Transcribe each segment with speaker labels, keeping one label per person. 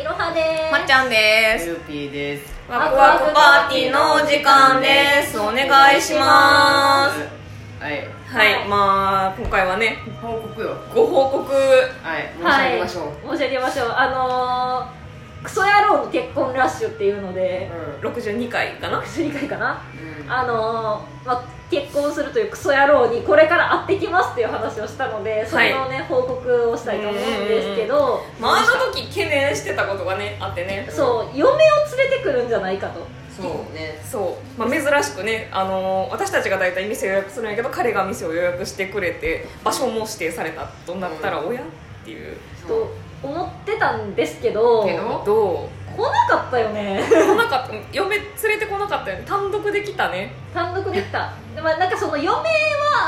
Speaker 1: いろはです。
Speaker 2: まっちゃんで
Speaker 3: ゆ
Speaker 2: す
Speaker 3: うぴーです
Speaker 2: ワクワクパーティーのお時間ですお願いします
Speaker 3: はい
Speaker 2: はいまあ今回はね
Speaker 3: 報告よ
Speaker 2: ご報告
Speaker 3: はい申し
Speaker 1: は
Speaker 3: 上
Speaker 1: い、
Speaker 3: げましょう、
Speaker 1: 申し上げましょう。あのー、クソ野郎の結婚ラッシュっていうので、
Speaker 2: 62回かな
Speaker 1: 薬会かな。
Speaker 3: うん
Speaker 1: あのー、まあ、結婚するというクソ野郎にこれから会ってきますっていう話をしたので、それのね、報告をしたいと思うんですけど、
Speaker 2: まああの時懸念してたことがねあってね
Speaker 1: そう、嫁を連れてくるんじゃないかと。
Speaker 3: そうね
Speaker 2: そう、まあ、珍しくね、あのー私たちが大体店予約するんやけど彼が店を予約してくれて場所も指定されたとなったら
Speaker 3: う
Speaker 2: おやっていう
Speaker 1: と思ってたんですけど、
Speaker 3: けど
Speaker 2: ど
Speaker 1: 来なかったよね。
Speaker 2: う来なかった嫁連れてこなかったよね単独できたね
Speaker 1: 単独できたでまあなんかその嫁は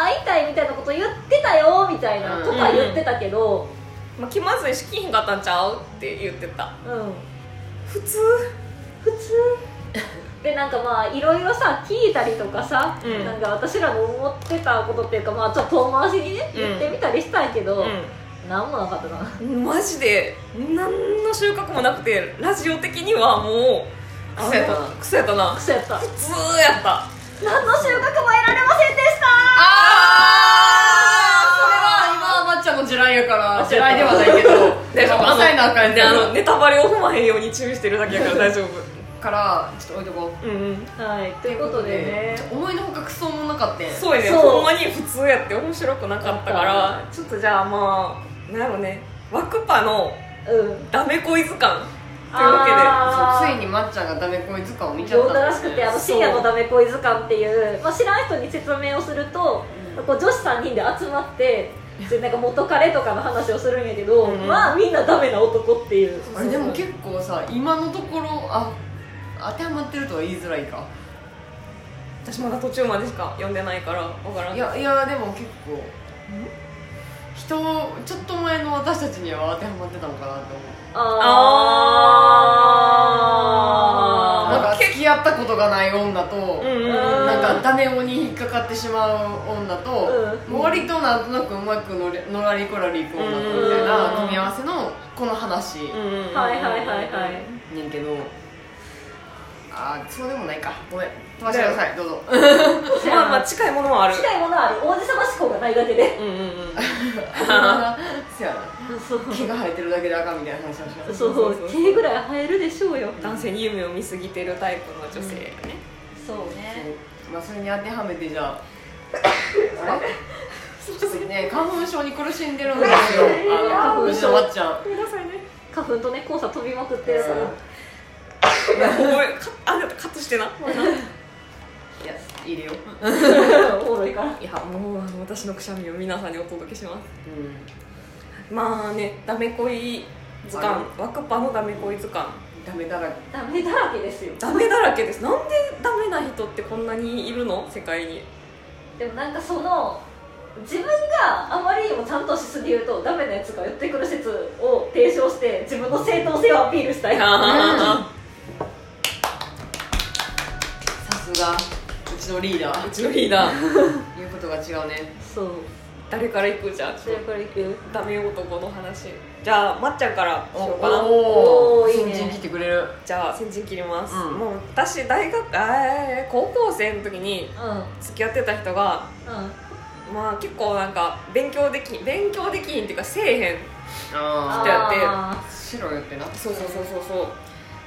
Speaker 1: 会いたいみたいなこと言ってたよみたいなことは言ってたけど
Speaker 2: まあ、気まずいしきひんかったんちゃうって言ってた
Speaker 1: うん、
Speaker 2: 普通
Speaker 1: 普通でなんかまあいろいろさ聞いたりとかさ、
Speaker 2: うん
Speaker 1: なんか私らも思ってたことっていうかまあちょっと遠回しにね
Speaker 2: うん
Speaker 1: 言ってみたりしたんやけど、
Speaker 2: う
Speaker 1: なんもなかったなん
Speaker 2: マジで何の収穫もなくてラジオ的にはもう
Speaker 3: クソやったな
Speaker 2: あのクソやったな
Speaker 1: クソやった
Speaker 2: 普通やった
Speaker 1: 何の収穫も得られませんでした
Speaker 3: あーそれは今まっちゃんの地雷やから地雷ではないけど
Speaker 2: 大丈夫
Speaker 3: 浅いなあかん
Speaker 2: で
Speaker 3: や
Speaker 2: あ
Speaker 3: つ
Speaker 2: のネタバレを踏まへんように注意してるだけやから大丈夫
Speaker 3: からちょっと置いとこ う
Speaker 2: うんうん
Speaker 1: はいということでね
Speaker 3: 思いのほかクソもなかったう
Speaker 2: そうやね
Speaker 1: そう
Speaker 2: ほんまに普通やって面白くなかったか
Speaker 1: な
Speaker 2: らちょっとじゃあまあなんやろねワクパの
Speaker 1: うん
Speaker 2: ダメ恋図鑑というわ
Speaker 1: あー
Speaker 3: ついにまっちゃんがダメこいつ感を見ちゃっ
Speaker 1: 上
Speaker 3: た
Speaker 1: 手らしくてあの
Speaker 2: そう
Speaker 1: 深夜のダメ恋図鑑っていう、まあ、知らん人に説明をすると、
Speaker 3: うん
Speaker 1: こう女子3人で集まってでなんか元彼とかの話をするんやけど、
Speaker 2: うん
Speaker 1: まあみんなダメな男っていう
Speaker 3: あれでも結構さ今のところあ当てはまってるとは言いづらいか
Speaker 2: で私まだ途中までしか読んでないから分からん
Speaker 3: いやいやでも結構人ちょっと前の私たちには当てはまってたのかなって思う
Speaker 2: あー
Speaker 3: なん
Speaker 1: あ
Speaker 3: か付き合ったことがない女と、
Speaker 2: うんうんうん
Speaker 1: うん
Speaker 3: なんかダメ鬼に引っかかってしまう女と、
Speaker 1: うん
Speaker 3: もう割となんとなくうまくのれのらりこらりいく女とみたいな組み合わせのこの話
Speaker 2: うんうん
Speaker 1: はいはいはいはい
Speaker 3: ねんけど、ああそうでもないかごめん飛ばしてくださいどう ぞ
Speaker 2: まあまあ近いものはある
Speaker 1: 聞きたいものはある王子様思考がないだけで
Speaker 2: うんうんうん
Speaker 3: せやな
Speaker 1: そう
Speaker 3: 毛が生えてるだけであかんみたいな話をしました
Speaker 1: そうそう毛ぐらい生えるでしょうよ
Speaker 2: 男性に夢を見すぎてるタイプの女性ね、
Speaker 1: そう
Speaker 3: まあ、それに当てはめてじゃああれちょっとね花粉症に苦しんでるんですよあの花粉症わっちゃん
Speaker 2: ごめんなさいね
Speaker 1: 花粉とね黄砂飛びまくってるから、
Speaker 2: いやごめんカあなたカットしてな
Speaker 3: いやいるよ、
Speaker 1: おもろいから
Speaker 2: いやもうあの私のくしゃみを皆さんにお届けします
Speaker 3: うん
Speaker 2: まあねダメ恋図鑑ワクパのダメ恋図鑑
Speaker 3: ダメだらけ
Speaker 1: ダメだらけですよ
Speaker 2: ダメだらけですなんでダメな人ってこんなにいるの世界に
Speaker 1: でもなんかその自分があまりにもちゃんとしすぎるとダメなやつが言ってくる説を提唱して自分の正当性をアピールしたい
Speaker 2: あ
Speaker 3: さすがうちのリーダ
Speaker 2: ーう
Speaker 3: ー
Speaker 2: ちのリーダー
Speaker 3: 言うことが違うね
Speaker 1: そう
Speaker 2: 誰から行くじゃあち
Speaker 1: そ
Speaker 2: ょっ
Speaker 1: れからいく
Speaker 2: とダメ男の話じゃあまっちゃんからしようかな
Speaker 3: お
Speaker 1: おーいい
Speaker 3: 新
Speaker 1: ね
Speaker 3: 人来てくれる
Speaker 2: じゃあ先陣切ります、
Speaker 3: うん
Speaker 2: もう私大学あー高校生の時に
Speaker 1: うんうん
Speaker 2: 付き合ってた人がまあ結構なんか勉強でき勉強できひんっていうかせえへん
Speaker 3: あ
Speaker 2: ーやって
Speaker 3: あ白 よってな
Speaker 2: そうそうそうそうそ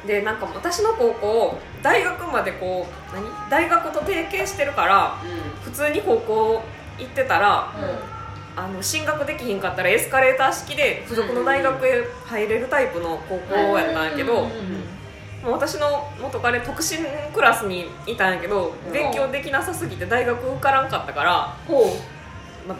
Speaker 2: うでなんか私の高校大学までこう何大学と提携してるから
Speaker 3: う
Speaker 2: 普通に高校行ってたら
Speaker 1: うん
Speaker 2: あの進学できひんかったらエスカレーター式で付属の大学へ入れるタイプの高校やったんやけど、
Speaker 1: うん
Speaker 2: もう私の元彼特進クラスにいたんやけど
Speaker 3: うん
Speaker 2: 勉強できなさすぎて大学受からんかったから、
Speaker 1: ほう
Speaker 2: ま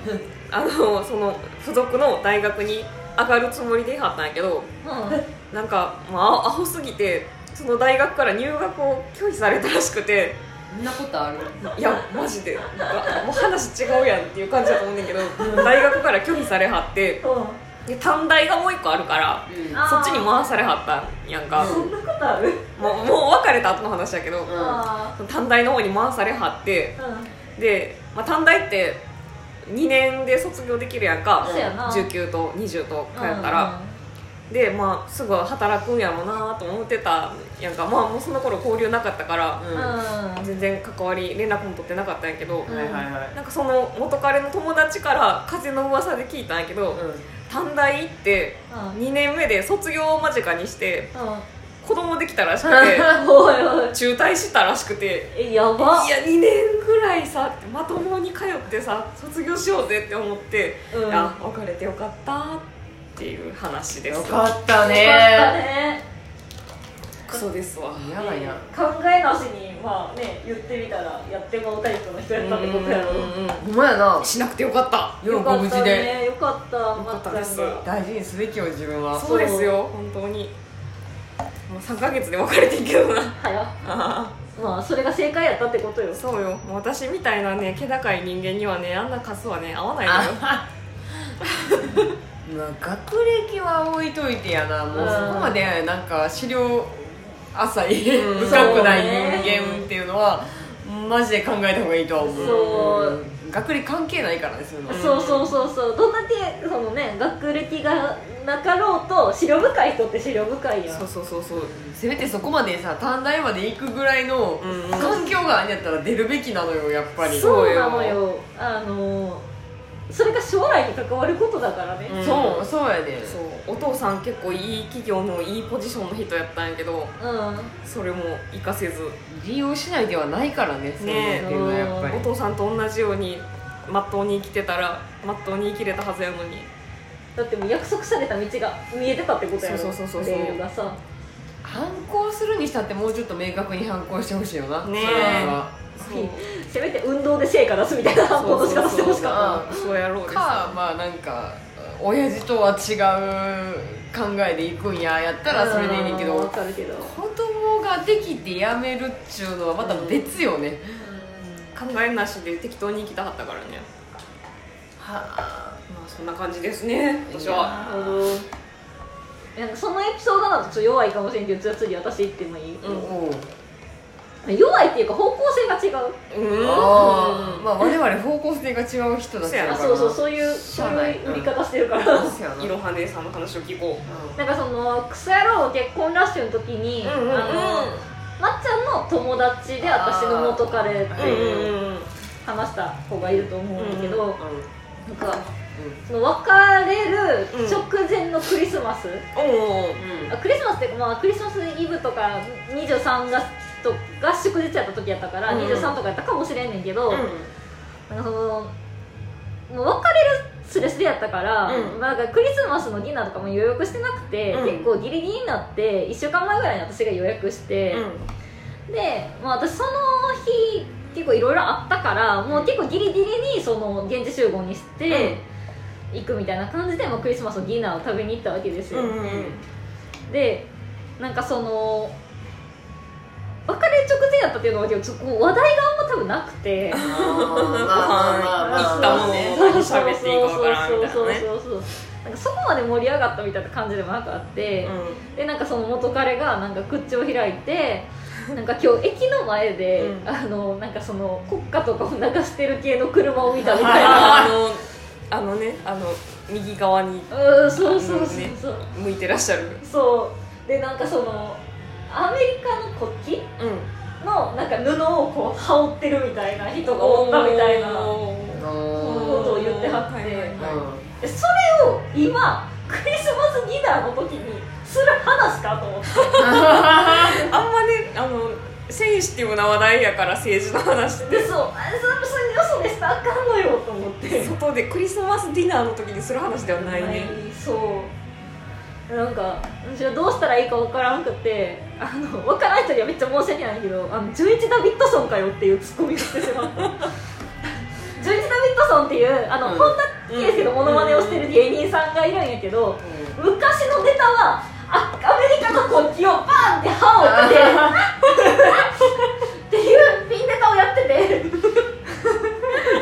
Speaker 2: あのその付属の大学に上がるつもりでいはったんやけど
Speaker 1: う
Speaker 2: なんか、まあ、アホすぎてその大学から入学を拒否されたらしくて
Speaker 3: んそんなことある
Speaker 2: いやマジでうわもう話違うやんっていう感じだと思うねんだけど大学から拒否されはって
Speaker 1: んうん
Speaker 2: で短大がもう一個あるから
Speaker 3: うん
Speaker 1: あー
Speaker 2: そっちに回されはったんやんか、
Speaker 1: そんなことある
Speaker 2: もうもう別れた後の話やけど、
Speaker 3: うん
Speaker 1: あ
Speaker 2: 短大の方に回されはって
Speaker 1: あうん
Speaker 2: で、まあ、短大って2年で卒業できるやんか
Speaker 1: そうやな
Speaker 2: 19と20と通ったら、
Speaker 1: うん
Speaker 2: でまあすぐ働くんやろうなと思ってたやんかまあもうその頃交流なかったから、
Speaker 3: うん
Speaker 2: 全然関わり連絡も取ってなかったんやけ
Speaker 1: う
Speaker 2: ど、
Speaker 1: ん
Speaker 3: はいはいはい
Speaker 2: なんかその元彼の友達から風の噂で聞いたんやけど、短大行って2年目で卒業を間近にして子供できたらしく て
Speaker 1: おいお
Speaker 2: 中退したらしくて
Speaker 1: いえや
Speaker 2: い
Speaker 1: ば
Speaker 2: や2年ぐらいさってまともに通ってさ卒業しようぜって思って、
Speaker 1: うん
Speaker 2: あ別れてよかったっていう話で
Speaker 3: よ
Speaker 2: す
Speaker 3: かった
Speaker 1: よかった
Speaker 3: ね
Speaker 1: ね
Speaker 2: クソですわ
Speaker 3: やばいな
Speaker 1: 考えなしにまあね言ってみたらやってもうタイプの人やったってことやろ
Speaker 2: うん
Speaker 3: ほんまやな
Speaker 2: しなくてよかった
Speaker 3: ようご無事で
Speaker 1: よかったねよか
Speaker 2: か
Speaker 1: っ
Speaker 2: ったた
Speaker 1: まっち
Speaker 2: で
Speaker 1: ゃん
Speaker 2: す
Speaker 1: が
Speaker 3: 大事にすべきよ自分は
Speaker 2: そうですよ本当にもう3ヶ月で別れていけどな
Speaker 1: はや
Speaker 2: あ
Speaker 1: まあそれが正解やったってことよ
Speaker 2: ーそうよもう私みたいなね気高い人間にはねあんな数はね合わないのよ
Speaker 3: あまあ学歴は置いといてやなもう
Speaker 1: うん
Speaker 3: そこまでなんか資料浅い、
Speaker 2: うん
Speaker 3: 深くない
Speaker 1: そう
Speaker 2: ね
Speaker 3: 人間っていうのはマジで考えた方がいいとは思う
Speaker 1: そう
Speaker 3: うん学歴関係ないからねそういうの
Speaker 2: ん
Speaker 1: そうそうそうそうどんだけそのね学歴がなかろうと資料深い人って資料深いやん
Speaker 2: そうそうそうそう
Speaker 3: せめてそこまでさ短大まで行くぐらいの
Speaker 2: うんうん
Speaker 3: 環境があるんやったら出るべきなのよやっぱり
Speaker 1: そうなのよあのそれが将来に関わることだからね
Speaker 2: うん
Speaker 3: そうそうやね
Speaker 2: そうお父さん結構いい企業のいいポジションの人やったんやけど
Speaker 1: うん、
Speaker 2: それも活かせず
Speaker 3: 利用しないではないからねそういうのっていうのはやっぱり
Speaker 2: お父さんと同じようにまっとうに生きてたらまっとうに生きれたはずやのに
Speaker 1: だってもう約束された道が見えてたってことやろ
Speaker 2: そうそうそうそう
Speaker 1: レールがさ
Speaker 3: 反抗するにしたってもうちょっと明確に反抗してほしいよな
Speaker 2: ねえ
Speaker 3: それは
Speaker 1: せめて運動で成果出すみたいなことしかしてほしかっ
Speaker 2: そうそうやろうです
Speaker 3: かまあなんか親父とは違う考えで行くんややった
Speaker 1: た
Speaker 3: らそれでいいねんけど
Speaker 1: わ
Speaker 3: 子
Speaker 1: かるけど
Speaker 3: 供ができてやめるっちゅうのはまた別よね、
Speaker 2: 考えなしで適当に生きたはったからね
Speaker 3: は
Speaker 2: まあそんな感じですね私は
Speaker 1: なるほどなんかそのエピソードだとちょっと弱いかもしれんけどじゃあ次私言ってもいい、
Speaker 2: う
Speaker 3: おう
Speaker 1: 弱いっていうか方向性が違う
Speaker 2: うん
Speaker 3: ああ
Speaker 2: うん
Speaker 3: まあ我々方向性が違う人たちやから
Speaker 1: あ
Speaker 3: な
Speaker 1: そうそうそういう
Speaker 3: し
Speaker 1: そ
Speaker 3: ゃあ
Speaker 1: う
Speaker 3: ない
Speaker 1: いう売り方してるから、
Speaker 3: そうやない
Speaker 2: ろは姉さんの話を聞こ
Speaker 1: なんかそのクソ野郎結婚ラッシュの時に、
Speaker 2: ううんうんうん
Speaker 1: あのまっちゃんの友達で私の元彼って
Speaker 3: あーうん
Speaker 1: いう話した子がいると思うんだけど、
Speaker 2: うん
Speaker 1: なんか
Speaker 3: う
Speaker 1: その別れる直前のクリスマス、
Speaker 2: おお
Speaker 3: んうん
Speaker 1: あクリスマスっていうか、まあ、クリスマスイブとか23がとが祝日やった時やったから、
Speaker 2: うん
Speaker 1: 23とかやったかもしれんねんけど、
Speaker 2: う
Speaker 1: なんかそのもう別れるすれすれやったから、
Speaker 2: うん
Speaker 1: まあなんかクリスマスのディナーとかも予約してなくて、
Speaker 2: うん
Speaker 1: 結構ギリギリになって1週間前ぐらいに私が予約して、
Speaker 2: ん
Speaker 1: で、まあ、私その日結構いろいろあったからもう結構ギリギリにその現地集合にして行くみたいな感じで、まあ、クリスマスのディナーを食べに行ったわけですよ、
Speaker 2: うんうん
Speaker 1: でなんかその別れ直前やったっていうのはけどちょっとこう話題があんま多分なくて。
Speaker 3: まあまあまあまあまあね
Speaker 2: 何喋っていいかわからんみたい
Speaker 1: そうそうそうそ
Speaker 2: なね
Speaker 1: うなんかそこまで盛り上がったみたいな感じでもなくあって、でなんかその元彼がなんか口を開いてなんか今日駅の前で、
Speaker 2: うん
Speaker 1: あのなんかその国歌とかを流してる系の車を見たみたいな
Speaker 2: あのあのねあの右側
Speaker 1: う
Speaker 2: に
Speaker 1: んそうそうそうそう、
Speaker 2: 向いてらっしゃる
Speaker 1: そうでなんかそのアメリカの国旗
Speaker 2: うん
Speaker 1: のなんか布をこう羽織ってるみたいな人がおったみたいなことを言ってはって、
Speaker 2: はいはいはい
Speaker 1: でそれを今クリスマスディナーの時にする話かと思って
Speaker 2: あんまねあのセンシティブな話題やから政治の話って
Speaker 1: でそうあそれそれ嘘でしたらあかんのよと思って
Speaker 2: 外でクリスマスディナーの時にする話ではないね
Speaker 1: そうなんか私はどうしたらいいか分からんくてあの分からん人にはめっちゃ申し訳ないけどあの11ダビッドソンかよっていうツッコミをしてしまった 11ダビッドソンっていうあの、
Speaker 3: うん
Speaker 1: 本田圭佑のモノマネをしてる芸人さんがいるんやけど、昔のネタはあアメリカの国旗をバーンって歯を折 ってっていうピンネタをやってて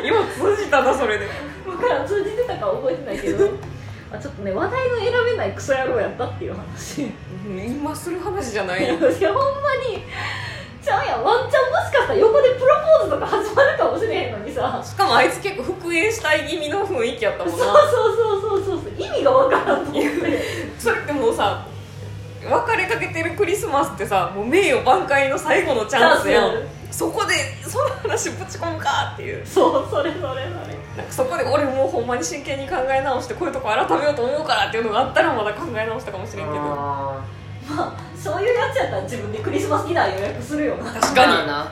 Speaker 2: よう通じたなそれで
Speaker 1: 僕から通じてたかは覚えてないけどまあちょっとね話題の選べないクソ野郎やったっていう話い
Speaker 2: 今する話じゃない
Speaker 1: やほんまにちゃうやんワンチャンもしかしたら横でプロポーズとか始まるかもしれへんのにさ
Speaker 2: しかもあいつ結構復縁したい気味の雰囲気やった
Speaker 1: そう
Speaker 2: もん
Speaker 1: そう
Speaker 2: な
Speaker 1: そうそうそう意味がわからんと思って
Speaker 2: それってもうさ別れかけてるクリスマスってさもう名誉挽回の最後のチャンスやん
Speaker 1: チャン
Speaker 2: そこでその話ぶち込むかっていう
Speaker 1: そうそれそれそれ
Speaker 2: なんかそこで俺もうほんまに真剣に考え直してこういうとこ改めようと思うからっていうのがあったらまだ考え直したかもしれんけど
Speaker 3: あ
Speaker 1: まあそういうやつやったら自分でクリスマスディナー予約するよな
Speaker 3: ー
Speaker 2: 確かに
Speaker 3: まあな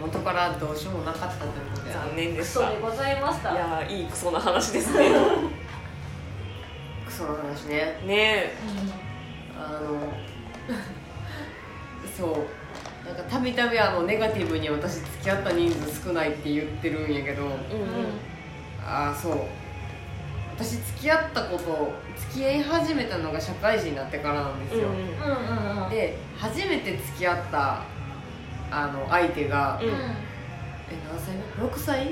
Speaker 3: 元からどうしようもなかったということや
Speaker 2: 残念で
Speaker 1: ク
Speaker 2: し
Speaker 1: ソ
Speaker 2: た
Speaker 1: で
Speaker 2: い
Speaker 1: ございましたうん
Speaker 2: やーいいクソな話ですね
Speaker 3: クソの話ね
Speaker 2: ね
Speaker 3: あの そうなんかたびたびあのネガティブに私付き合った人数少ないって言ってるんやけ
Speaker 2: えう
Speaker 3: ど
Speaker 2: ん
Speaker 3: ああそう私付き合ったこと付き合い始めたのが社会人になってからなんです
Speaker 2: うん
Speaker 3: よ、
Speaker 2: うん
Speaker 1: うんうんうん
Speaker 3: で初めて付き合ったあの相手が、
Speaker 2: うん
Speaker 3: え何歳目 ?6 歳え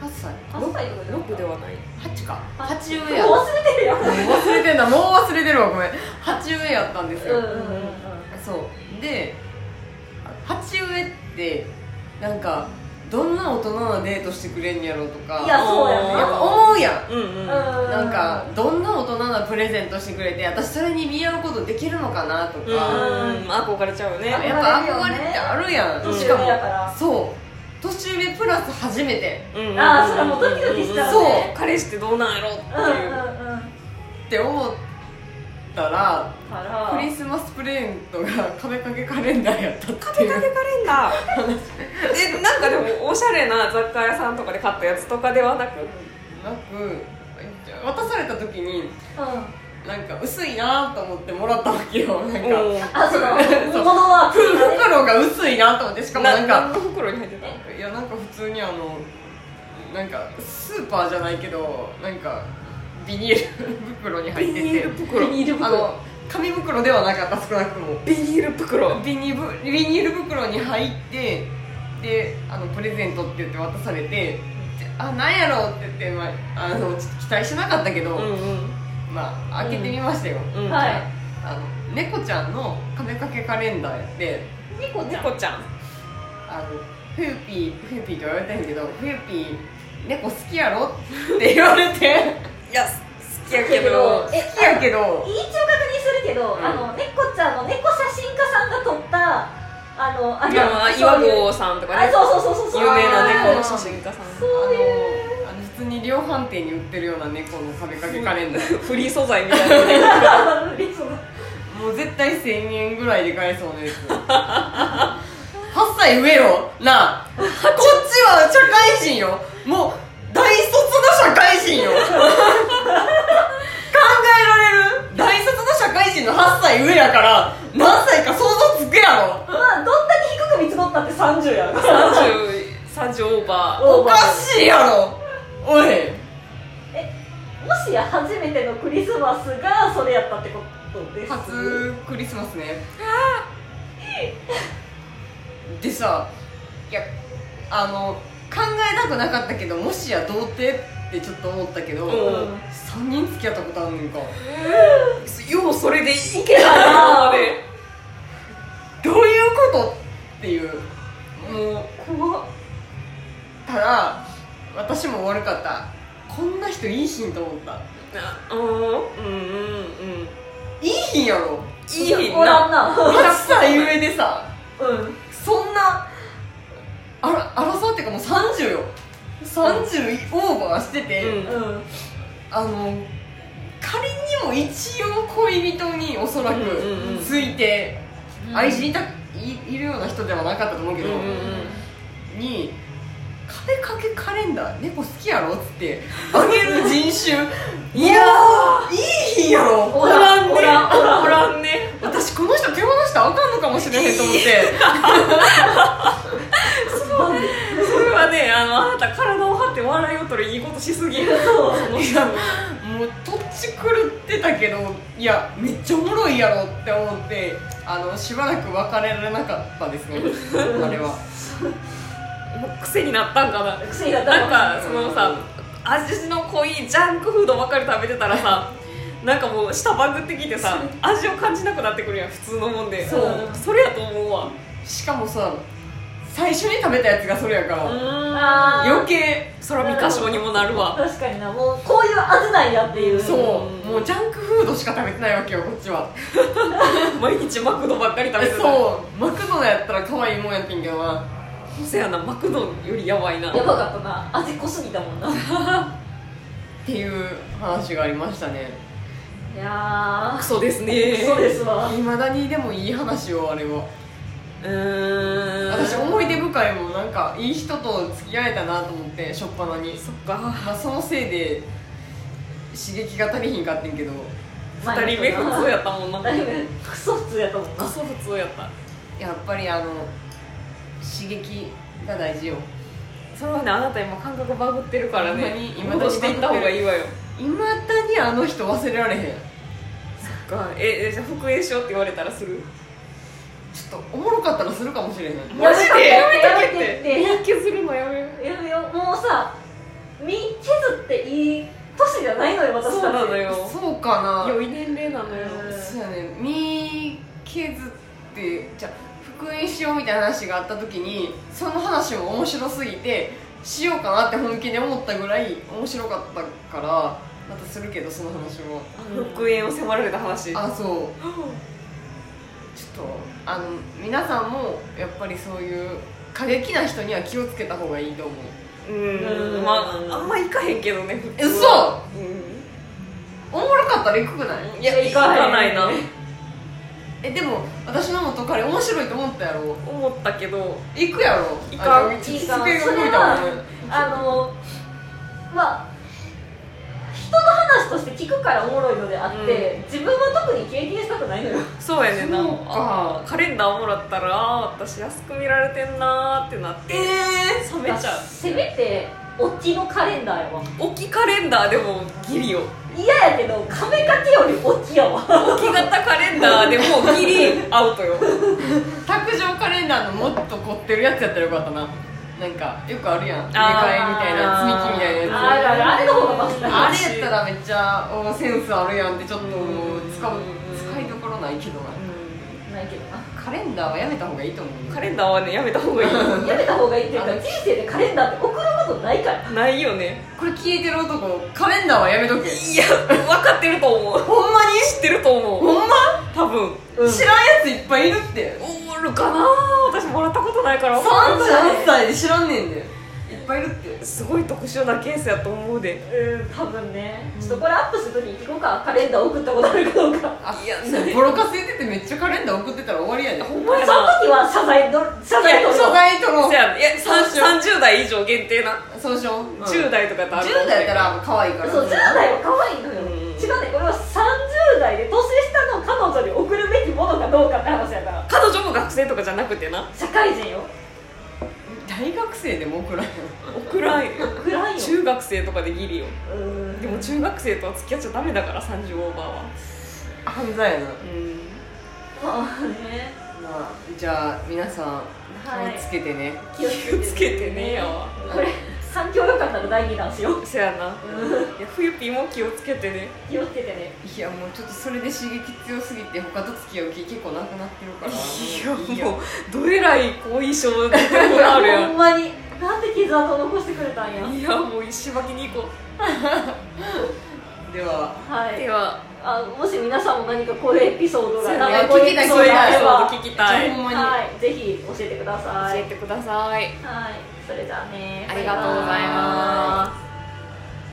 Speaker 3: ?8 歳
Speaker 1: 8歳とか
Speaker 2: ロックではない
Speaker 3: ?8 か
Speaker 1: 八
Speaker 3: 8
Speaker 1: 上
Speaker 3: 上や
Speaker 1: もう忘れてるよ
Speaker 3: 忘れてんだもう忘れてるわごめん8上やったんです
Speaker 1: うん
Speaker 3: よ、
Speaker 1: うんうんうん
Speaker 3: そうで鉢植えってなんかどんな大人なデートしてくれんやろとか
Speaker 1: いやそうやね
Speaker 3: やっぱ思うや
Speaker 2: うんうん
Speaker 1: うん
Speaker 3: なんかどんな大人なプレゼントしてくれて私それに見合うことできるのかなと
Speaker 2: うん
Speaker 3: か、
Speaker 2: うん憧れちゃう
Speaker 1: うん
Speaker 2: ね
Speaker 3: やっぱ憧れってあるやん、
Speaker 1: 年
Speaker 3: し
Speaker 1: 上
Speaker 3: か
Speaker 1: や
Speaker 3: も
Speaker 1: から
Speaker 3: そう年上プラス初めて
Speaker 1: あーそれもうドキドキしちゃうね
Speaker 2: そう彼氏ってどうなんやろって
Speaker 1: うんうん
Speaker 2: いう
Speaker 1: うん
Speaker 3: って思ったら
Speaker 1: から
Speaker 3: クリスマスプレゼントが壁掛けカレンダーやったっていう
Speaker 2: カレンダー えなんかでもおしゃれな雑貨屋さんとかで買ったやつとかではなく
Speaker 3: なく渡された時に
Speaker 1: うん
Speaker 3: なんか薄いなと思ってもらったわけよなんか、
Speaker 2: うん
Speaker 1: あその物は
Speaker 3: ふ袋が薄いなと思ってしかもなん
Speaker 2: 何
Speaker 3: か
Speaker 2: の袋に入ってた
Speaker 3: いやなんか普通にあのなんかスーパーじゃないけどなんかビニール 袋に入ってて
Speaker 2: ビニール袋
Speaker 1: ビニール袋
Speaker 3: あの紙袋ではなかった少なくとも
Speaker 2: ビニール袋
Speaker 3: ビニールビニール袋に入ってであのプレゼントって言って渡されてであなんやろうって言って、まあ、あのちょっと期待しなかったけど、
Speaker 2: うんうん
Speaker 3: まあ開けてみましたよ、
Speaker 2: うん
Speaker 1: はい
Speaker 3: あの猫ちゃんの壁掛けカレンダーやって
Speaker 1: 猫ちゃん
Speaker 2: 猫ちゃん
Speaker 3: あのフーピーフーピーって言われたんやけどフーピー猫好きやろって言われて
Speaker 2: いや好きやけど
Speaker 1: え
Speaker 3: 好きやけど
Speaker 1: 一応確認するけど、
Speaker 3: うん
Speaker 1: あの猫ちゃんの猫写真家さんが撮ったあのあ
Speaker 2: いやまあ岩合さんとか
Speaker 1: あ
Speaker 2: ね
Speaker 1: そうそうそうそうそう
Speaker 2: 有名な猫の
Speaker 1: そ
Speaker 2: 写
Speaker 1: う
Speaker 2: 真家さん
Speaker 1: そういう
Speaker 3: あのあの普通に量販店に売ってるような猫の壁掛けカレンダー
Speaker 2: フリー素材みたいな ね
Speaker 1: リズム
Speaker 3: もう絶対1000円ぐらいで買えそうなやつ8歳上よなあこっちは社会人よもう大卒の社会人よ考えられる大卒の社会人の8歳上やから何歳か想像つくやろ
Speaker 1: まあどんなに低く見積もったって30やろ
Speaker 2: 30 30オーバ
Speaker 1: オ
Speaker 3: お
Speaker 1: ーバー
Speaker 3: かしいやろおい
Speaker 1: えもしや初めてのクリスマスがそれやったってことです
Speaker 3: 初クリスマスねでさいやあの考えたくなかったけどもしや童貞ってちょっと思ったけど、
Speaker 2: う
Speaker 3: 三
Speaker 2: ん
Speaker 3: 3人付き合ったことあんねんか
Speaker 2: ーようそれでいい
Speaker 1: けたな
Speaker 2: 今まで
Speaker 3: どういうことっていうもう
Speaker 1: 怖った
Speaker 3: だ私も悪かったこんな人いいひんと思った
Speaker 2: あうんうんうんうん
Speaker 3: いいひんやろ
Speaker 2: いい
Speaker 1: おらん
Speaker 2: な
Speaker 1: な
Speaker 3: 8歳上でさ
Speaker 1: うん
Speaker 3: そんなあら争っていうかもう30よ30オーバーしてて、
Speaker 2: うん
Speaker 1: うん
Speaker 3: あの仮にも一応恋人におそらく
Speaker 2: うんうんうん
Speaker 3: ついて愛人いたいいるような人ではなかったと思うけど、
Speaker 2: うん
Speaker 3: に「壁掛けカレンダー猫好きやろ?」っつってあげる 人種いやーいい日やろ
Speaker 1: おらん
Speaker 2: おらん
Speaker 1: おらん
Speaker 2: おらんね
Speaker 3: 私この人手放したらあかんのかもしれへんと思って
Speaker 2: それはねあのあなた体を張って笑いを取るいいことしすぎそうその人も
Speaker 3: もうとっち狂ってたけどいやめっちゃおもろいやろって思ってあのしばらく別れられなかったですねあれは
Speaker 2: もう癖になったんかな
Speaker 1: 癖になった
Speaker 2: なんかそのさ味の濃いジャンクフードばっかり食べてたらさなんかもう舌バグってきてさ味を感じなくなってくるやん普通のもんで
Speaker 1: そう
Speaker 2: それやと思うわ
Speaker 3: しかもさ最初に食べたやつがそれやから、
Speaker 2: あ
Speaker 1: あー
Speaker 3: 余計
Speaker 2: そら三箇所にもなるわ
Speaker 1: 確かになもうこういう味なんやっていう
Speaker 3: そうもうジャンクフードしか食べてないわけよこっちは
Speaker 2: 毎日マクドばっかり食べてた
Speaker 3: そうマクドナやったら可愛いもんやってんけどな
Speaker 2: せやなマクドよりやばいな
Speaker 1: やばかったな味濃すぎたも んない
Speaker 3: っていう話がありましたね
Speaker 1: や
Speaker 2: クソですね
Speaker 1: ーそうですわ
Speaker 3: いまだにでもいい話をあれは
Speaker 2: うーん
Speaker 3: 私思い出深いもんなんかいい人と付き合えたなと思ってしょっぱなに
Speaker 2: そっか
Speaker 3: まあ、そのせいで刺激が足りひんかってんけど
Speaker 2: 二人目普通やったもんな
Speaker 1: 二人目クソ普通やったもんな
Speaker 2: クソ普通やった
Speaker 3: やっぱりあの刺激が大事よ
Speaker 2: それはねあなた今感覚バグってるからね
Speaker 3: ほんまに今
Speaker 2: 戻していった方がいいわよ
Speaker 3: いまだにあの人忘れられへんち
Speaker 2: そっかええじゃあ復縁しようって言われたらする
Speaker 3: ょっとおもろかったらするかもしれへん
Speaker 1: やめとけ
Speaker 2: やめとけ
Speaker 1: やめ
Speaker 2: って
Speaker 1: やめて
Speaker 2: 人気するのやめよう
Speaker 1: やめようもうさ身削っていい年じゃないのよ私たち
Speaker 2: そうなのよ
Speaker 3: そうかな
Speaker 2: 良い年齢なのよ
Speaker 1: うん
Speaker 3: そうやね身削ってじゃあ復縁しようみたいな話があった時にその話も面白すぎてしようかなって本気で思ったぐらい面白かったからまたするけどその話も
Speaker 2: 復縁を迫られた話
Speaker 3: あそうちょっとあの皆さんもやっぱりそういう過激な人には気をつけた方がいいと思う
Speaker 2: うんまああんま行かへんけどね普通はう
Speaker 3: おもろかったら行くくない
Speaker 2: んいや行かないな
Speaker 3: えでも私の元彼面白いと思ったやろ
Speaker 2: 思ったけど
Speaker 3: 行くやろ
Speaker 2: 行かん
Speaker 3: あの
Speaker 1: いい
Speaker 3: 机
Speaker 1: か
Speaker 3: が
Speaker 1: な
Speaker 3: 動い
Speaker 1: それ
Speaker 3: たもんね
Speaker 1: はあのまあ人の話として聞くからおもろいのであって、自分は特に経験したくないのよ
Speaker 2: そうやねんな
Speaker 3: そうか
Speaker 2: あカレンダーもらったらあー私安く見られてんなーってなって冷めちゃう
Speaker 1: せめてオチのカレンダーやわ
Speaker 2: 置きカレンダーでもギリよ
Speaker 1: 嫌やけど亀かきよりオチやわ
Speaker 2: 置き型カレンダーでもギリアウトよ
Speaker 3: 卓上カレンダーのもっと凝ってるやつやったらよかったななんかよくあるやん入れ替えみたいな積み木みたいな
Speaker 1: あ
Speaker 3: や
Speaker 1: るあるあれの方がマシ
Speaker 3: つ
Speaker 1: だよ
Speaker 3: あれやったらめっちゃおセンスあるやんってちょっともう使う
Speaker 2: うん
Speaker 3: 使いどころないけどな
Speaker 1: ないけどな
Speaker 3: カレンダーはやめた方がいいと思うよ
Speaker 2: カレンダーはねやめた方がい い
Speaker 1: やめた方がいいっていうか人生でカレンダーって送ることないから
Speaker 2: ないよね
Speaker 3: これ聞いてる男カレンダーはやめとけ
Speaker 2: いや分かってると思うほんまに知ってると思う
Speaker 3: ほんま
Speaker 2: 多分
Speaker 1: うん
Speaker 3: 知らんやついっぱいいるって
Speaker 2: おるかな私もらったことないから
Speaker 3: 38歳で知らんねんでいっぱいいるって
Speaker 2: すごい特殊なケースやと思うで
Speaker 1: うん多分ねちょっとこれアップするときに聞こうかカレンダー送ったことあるかどうか
Speaker 3: あいやボロカス言っててめっちゃカレンダー送ってたら終わりやで
Speaker 2: ほん
Speaker 1: そ
Speaker 2: ま
Speaker 1: の
Speaker 2: や
Speaker 1: 時
Speaker 2: な
Speaker 1: は謝罪ど謝罪と
Speaker 3: 謝罪とろう
Speaker 2: せやねいやさん30代以上限定な
Speaker 3: そうしよう、うん
Speaker 2: 10代とかってある
Speaker 3: 10代やったら可愛いから
Speaker 1: そう10代は可愛いのよ、
Speaker 2: うん
Speaker 1: 違うねこれは30代で年下の彼女に送るべきものかどうかって話やから
Speaker 2: 彼女も学生とかじゃなくてな
Speaker 1: 社会人よ
Speaker 3: 大学生でも送らんよ
Speaker 2: 送らんよ
Speaker 1: 暗いよ
Speaker 2: 中学生とかでギリよ
Speaker 1: うん
Speaker 2: でも中学生とは付き合っちゃダメだから30オーバーは
Speaker 3: 犯罪やな、
Speaker 2: うん
Speaker 1: まあね
Speaker 3: まあ、じゃあ皆さん
Speaker 1: はい
Speaker 3: 気をつけてね、
Speaker 1: 気を
Speaker 2: 気をつけてねやわ
Speaker 1: これ反響良かったら第2弾しよう
Speaker 2: せやないや冬ピーも気をつけてね
Speaker 1: 気をつけてね
Speaker 3: い、やもうちょっとそれで刺激強すぎて他と付き合う気結構なくなってるから
Speaker 2: いや
Speaker 3: いい
Speaker 2: もうどえらい後遺症出てもらうや
Speaker 1: ほんまになんで傷跡残してくれたんや
Speaker 2: んいやもう石巻に行こ
Speaker 3: では
Speaker 1: は
Speaker 2: う
Speaker 1: い
Speaker 2: では
Speaker 1: あもし皆さんも何かこれエピソード
Speaker 2: そう
Speaker 1: が
Speaker 2: や
Speaker 1: なん
Speaker 2: ね
Speaker 1: かこういう
Speaker 3: 聞きたい
Speaker 1: エピソードがあれば
Speaker 2: 聞きたい
Speaker 3: じゃあほんまに、
Speaker 1: はいぜひ教えてください
Speaker 2: 教えてください
Speaker 1: はいそれじゃあね
Speaker 2: ありがとうございます